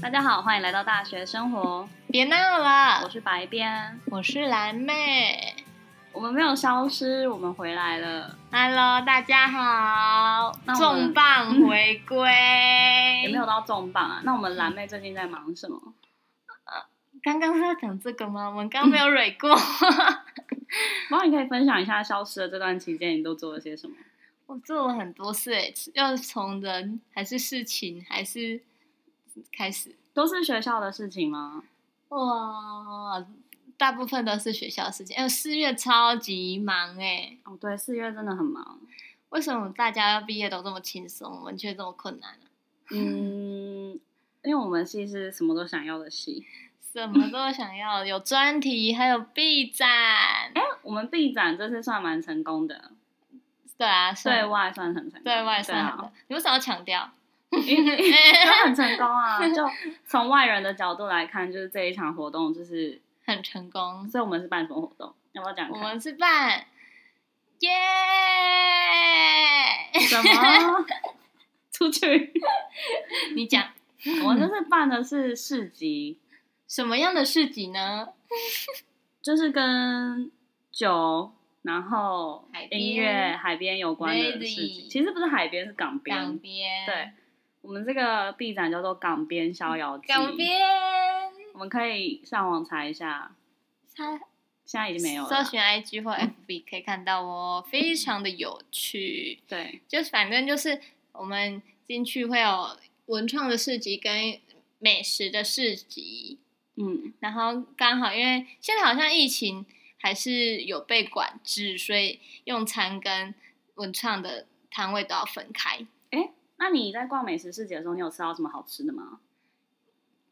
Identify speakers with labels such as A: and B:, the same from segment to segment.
A: 大家好，欢迎来到大学生 活，
B: 别闹
A: 我
B: 了，
A: 是白边。
B: 我是蓝妹。
A: 我们没有消失，我们回来了。
B: Hello，大家好
A: 那，我们
B: 重磅回归。
A: 也没有到重磅啊。那我们蓝妹最近在忙什么？
B: 刚刚是要讲这个吗？我们刚
A: 嗯
B: 刚没有蕊过。
A: 不然你可以分享一下消失的这段期间你都做了些什么？
B: 我做了很多事、欸，要从人还是事情还是开始。
A: 都是学校的事情吗？
B: 哇，大部分都是学校的事情。哎、呦，四月超级忙哎、
A: 哦，对，四月真的很忙。
B: 为什么大家要毕业都这么轻松，我们却这么困难、啊、
A: 嗯，因为我们系是什么都想要的系。
B: 什 么都想要，有专题，还有 B 站。
A: 哎，我们 B 展这次算蛮成功的，
B: 对啊，是
A: 对外算很成功，
B: 对外算好
A: 对
B: 的
A: 啊，。
B: 你为什么要强调？
A: 因为 就很成功啊！就从外人的角度来看，就是这一场活动，就是
B: 很成功。
A: 所以我们是办什么活动？要不要讲
B: 我
A: 看？
B: 们是办，耶、
A: 什么？ 出去？
B: 你讲
A: 我们这次办的是市集，
B: 什么样的市集呢？
A: 就是跟酒，然后
B: 海边
A: 音乐、海边有关的事情。
B: Lazy
A: 其实不是海边，是港边。
B: 港边，
A: 对，，我们这个 B 展叫做《港边逍遥记》。
B: 港边，
A: 我们可以上网查一下，
B: 它
A: 现在已经 没有了
B: 搜
A: 啦。
B: 寻 IG 或 FB 可以看到哦，非常的有趣。
A: 对，
B: 就是反正就是我们进去会有文创的市集跟美食的市集，
A: 嗯，
B: 然后刚好因为现在好像疫情还是有被管制，所以用餐跟文创的摊位都要分开。
A: 那你在逛美食市集的时候，你有吃到什么好吃的吗？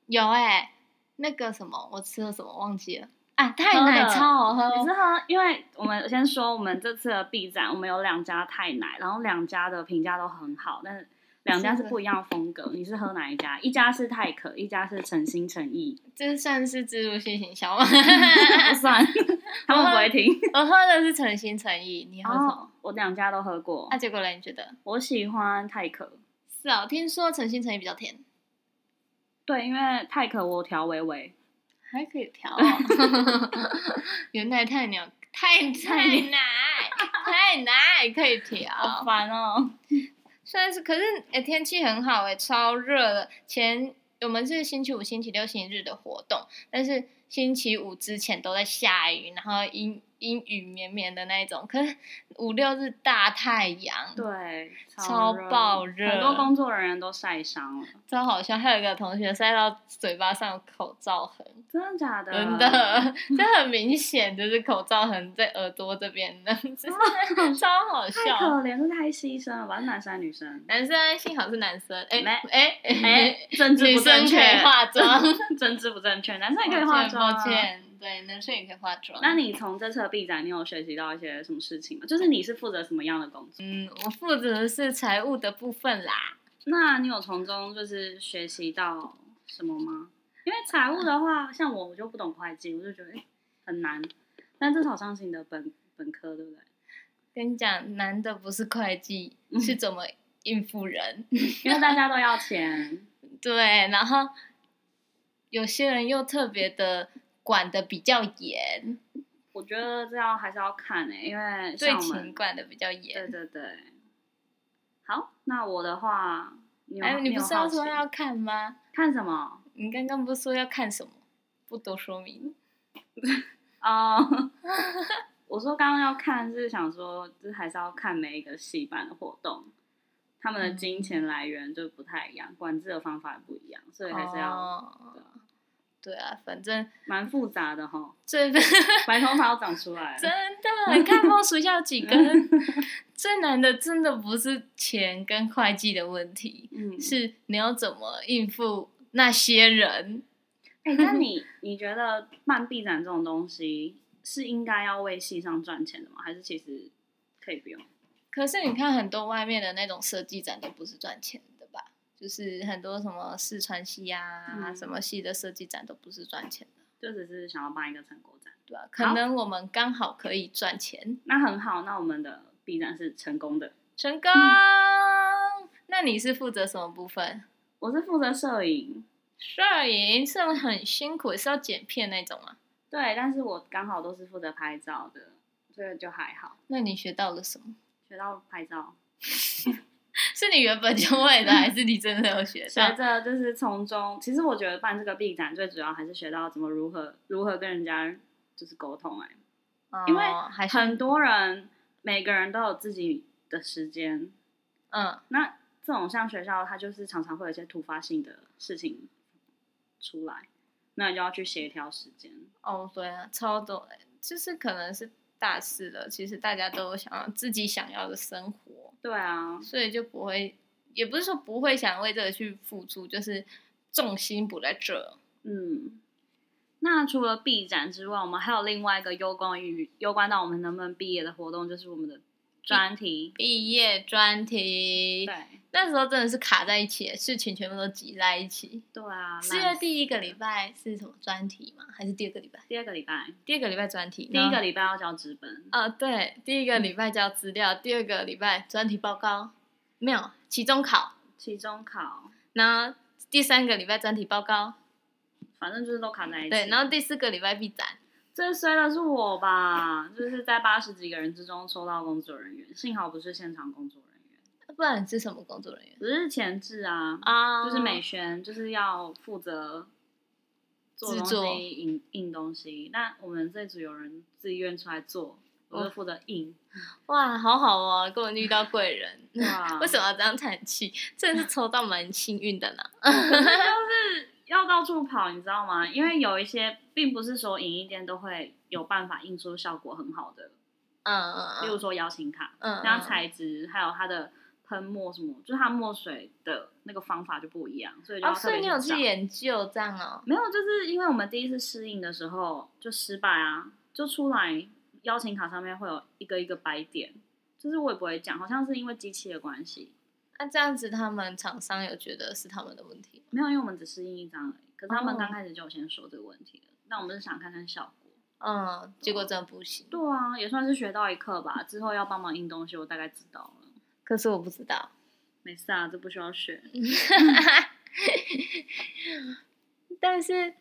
B: 有哎、那个什么，我吃了什么忘记了啊？太
A: 喝的
B: 奶超好
A: 你
B: 喝
A: 是，喝，因为我们先说我们这次的 B 展，我们有两家泰奶，然后两家的评价都很好，但是两家是不一样的风格。你是喝哪一家？一家是泰可，一家是诚心诚 意，
B: 这算是自助性行 销吗？
A: 不算，他们不会听。
B: 我喝的是诚心诚意，你喝什么？
A: 哦，我两家都喝过
B: 啊，，结果呢？你觉得？
A: 我喜欢泰可，
B: 是哦，听说诚心诚意比较甜，
A: 对，因为泰可我调微微，
B: 还可以 调哦。原来太牛，太太奶，太奶可以 调
A: 好。烦 哦。
B: 虽然是，可是哎、诶天气很好哎、超热的。前我们是星期五、星期六、星期日的活动，但是星期五之前都在下雨，然后阴阴雨绵绵的那一种。可是五六日大太阳，
A: 对，
B: 超
A: 热
B: 爆热
A: 很多工作人员都晒伤了，
B: 超好笑。还有一个同学晒到嘴巴上有口罩痕，
A: 真的假的？
B: 真 的，这很明显就是口罩痕在耳朵这边的，超好
A: 哦太
B: 笑。
A: 可怜，这太牺牲了吧？是男生还是女生？
B: 男生幸好是男生，哎
A: 没
B: 哎哎
A: 哎，，政治
B: 女
A: 不正
B: 生可
A: 确，
B: 以化妆。
A: 政治不正确，男生也可以化妆、
B: 抱
A: 啊。
B: 歉，抱歉对，男生也可以化妆。
A: 那你从这次的 B 展，你有学习到一些什么事情吗？就是你是负责什么样的工作？
B: 嗯，我负责的是财务的部分啦。
A: 那你有从中就是学习到什么吗？因为财务的话，像我我就不懂会计，我就觉得、哎很难。但至少上是你的本本科，对不对？
B: 跟你讲，难的不是会计，
A: 嗯
B: 是怎么应付人。
A: 因为大家都要钱，
B: 对，然后有些人又特别的管的比较严，
A: 我觉得这样还是要看诶、因为
B: 对
A: 像我们
B: 情管的比较
A: 对
B: 严。
A: 对对。好，那我的话，你有
B: 哎，你
A: 有
B: 不是
A: 好
B: 要说
A: 奇
B: 要看吗？
A: 看什么？
B: 你刚刚不是说要看什么？不多说明。
A: 哦、 我说刚刚要看是想说，就是还是要看每一个戏班的活动，他们的
B: 嗯
A: 金钱来源就不太一样，管制的方法也不一样，所以还是要
B: 哦对啊，反正
A: 蛮复杂的哈。
B: 最
A: 白头发要长出来
B: 真
A: 了，
B: 的，你看风俗要几根？ 最难的真的不是钱跟会计的问题，
A: 嗯，
B: 是你要怎么应付那些人。
A: 哎、那你你觉得办臂展这种东西是应该要为戏上赚钱的吗？还是其实可以不用？
B: 可是你看很多外面的那种设计展都不是赚钱的吧？就是很多什么四川系呀、
A: 嗯
B: 什么系的设计展都不是赚钱的，
A: 就只是想要办一个成果展，
B: 对吧、可能我们刚好可以赚钱，
A: 那很好，那我们的臂展是成功的。
B: 成功。那你是负责什么部分？
A: 我是负责摄影，
B: 摄影是很辛苦，是要剪片那种啊。
A: 对，但是我刚好都是负责拍照的，所以就还好，
B: 那你学到了什么？
A: 学到拍照，
B: 是你原本就会的，还 是啊你真的有学
A: 学
B: 到？
A: 着就是从中。其实我觉得办这个 B 展最主要还是学到怎么如何如何跟人家就是沟通、哎，因为
B: 哦还是
A: 很多人每个人都有自己的时间，
B: 嗯
A: 那这种像学校，它就是常常会有一些突发性的事情出来，那你就要去协调时间。
B: 哦对啊，超多，就是可能是大四了，其实大家都有想要自己想要的生活，
A: 对啊，
B: 所以就不会，也不是说不会想为这个去付出，就是重心不在这。
A: 嗯。那除了 B 展之外，我们还有另外一个攸关于攸关到我们能不能毕业的活动，就是我们的专题。
B: 毕业专题，
A: 对
B: 那时候真的是卡在一起，事情全部都挤在一起。
A: 对啊，
B: 四
A: 那
B: 月第一个礼拜是什么专题吗？还是第二个礼拜？
A: 第二个礼拜，
B: 第二个礼拜专题，
A: 第一
B: 然
A: 个
B: 后
A: 礼拜要交纸本。
B: 啊、对，第一个
A: 嗯
B: 礼拜交资料，第二个礼拜专题报告，没有期中考，
A: 期中考，
B: 然后第三个礼拜专题报告，
A: 反正就是都卡在一起。
B: 对，然后第四个礼拜必展，
A: 最衰的是我吧，就是在八十几个人之中抽到工作人员，幸好不是现场工作人员，
B: 不然你是什么工作人员
A: 只是前置啊，
B: 啊
A: 就是美宣，就是要负责做
B: 制
A: 东
B: 作
A: 西、印印东西。那我们这组有人自愿出来做，
B: 哦
A: 我就负责 印。
B: 哇，好好哦，跟我遇到贵 人，
A: 哇，
B: 为什么要这样叹气？真的是抽到蛮幸运的呢。
A: 要到处跑？你知道吗？因为有一些并不是说影印店都会有办法印出效果很好的，
B: 嗯嗯
A: 例如
B: 嗯
A: 说邀请卡，
B: 嗯，
A: 那它
B: 嗯
A: 材质还有它的喷墨什么，就是它墨水的那个方法就不一样，所以就要
B: 哦，
A: 特
B: 所
A: 别
B: 以你有
A: 去
B: 去
A: 找
B: 研究这样哦，
A: 没有，就是因为我们第一次适应的时候就失败啊，就出来邀请卡上面会有一个一个白点，就是我也不会讲，好像是因为机器的关系，
B: 那这样子他们厂商有觉得是他们的问题吗
A: 没有，因为我们只适应一张而已。可是他们
B: 哦
A: 刚开始就有先说这个问题了，那我们是想看看效果。
B: 嗯，结果真的不行。
A: 对啊，也算是学到一课吧。之后要帮忙印东西，我大概知道了。
B: 可是我不知道。
A: 没事啊，这不需要学。
B: 但是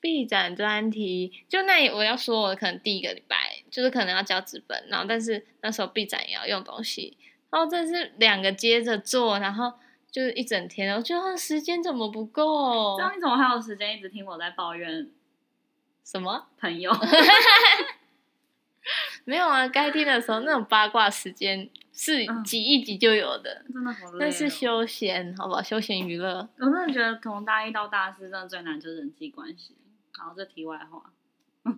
B: B 展专题，就那我要说，我可能第一个礼拜就是可能要交纸本，然后但是那时候 B 展也要用东西，然后这是两个接着做，然后就是一整天，我觉得啊时间怎么不够
A: 这？样你怎么还有时间一直听我在抱怨
B: 什么？
A: 朋友？
B: 没有啊，该听的时候那种八卦时间是
A: 嗯
B: 挤一挤就有的，
A: 真的 好累、哦。
B: 那是休闲，好不好？休闲娱乐。
A: 我真的觉得从大一到大四，真的最难就是人际关系。好，这题外话，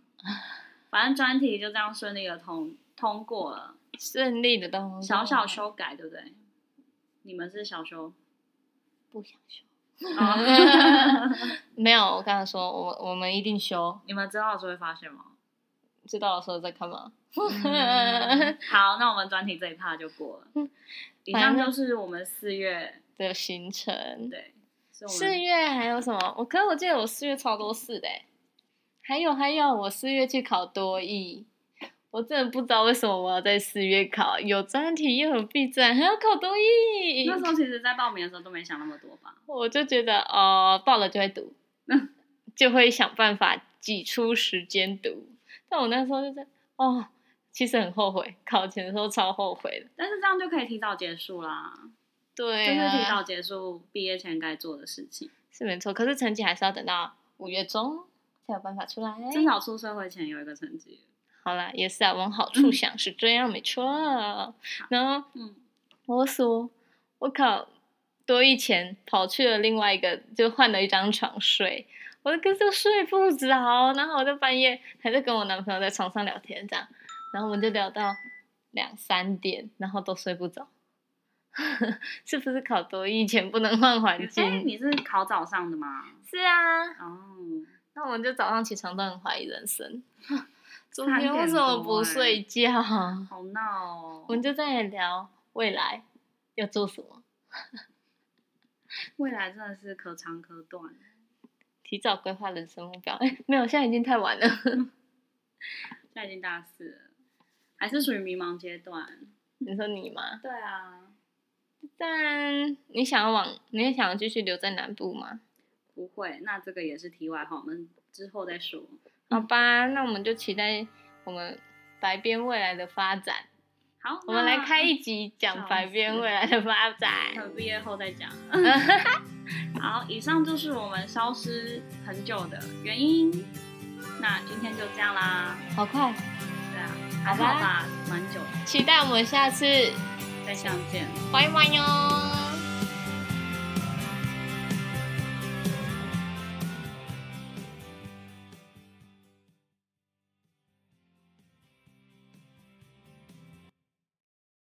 A: 反正专题就这样顺利的通通过了，
B: 顺利的东西，
A: 小小修改，对不对？你们是小 修，
B: 不想修。
A: 哦
B: 没有，我刚才说，我们我们一定修，
A: 你们知道的时候会发 现吗？
B: 知道的时候再看嘛。
A: 嗯好，那我们专题这一趴就过了。
B: 嗯
A: 以上就是我们四月
B: 的行程，
A: 对，是我
B: 四
A: 们
B: 月还有什么？我可是我记得我四月超多事的欸、还有还有，我四月去考多艺，我真的不知道为什么我要在四月考，有专题又有 B 站，还要考多艺
A: 那。时候其实，在报名的时候都没想那么多吧。
B: 我就觉得哦，报了就会读，就会想办法挤出时间读。但我那时候就是哦，其实很后悔，考前的时候超后悔的。
A: 但是这样就可以提早结束啦，就
B: 对
A: 是提
B: 啊，
A: 早结束毕业前该做的事情。
B: 是没错。可是成绩还是要等到五月中才有办法出来。
A: 至少出社会前有一个成绩。嗯
B: 好啦，也是啊，往 好处想是这样，没错。然后
A: 嗯，
B: 我说，我考多一前跑去了另外一个，就换了一张床睡，我那个就睡不着，然后我就半夜还在跟我男朋友在床上聊天这样，然后我们就聊到两三点，然后都睡不着。 是不是考多一前不能换环
A: 哎、
B: 境？
A: 你是考早上的吗？
B: 是啊，
A: 哦，
B: 那我们就早上起床都很怀疑人生。 昨
A: 三
B: 天为
A: 点
B: 什么
A: 多
B: 不
A: 哎
B: 睡觉？
A: 好闹哦
B: 我。们就在聊未来要做什么，
A: 未来真的是可长可短。
B: 提早规划人生目标。 哎，没有，现在已经太晚了。
A: 现在已经大四了，还是属于迷茫阶段。
B: 你说你吗？
A: 对啊，
B: 但你想要往，你也想要继续留在南部吗？
A: 不会，那这个也是题外话，我们之后再说。
B: 好
A: 嗯
B: 吧，那我们就期待我们白边未来的发展。
A: 好，
B: 我们来
A: 那
B: 开一集
A: 笑
B: 讲白边
A: 死
B: 未来的发展。
A: 等毕业后再 讲。好，以上就是我们消失很久的原因。那今天就这样啦，
B: 好快，
A: 对啊，还
B: 好吧
A: 好吧，蛮久的，
B: 期待我们下次
A: 再相见。
B: 拜拜哟。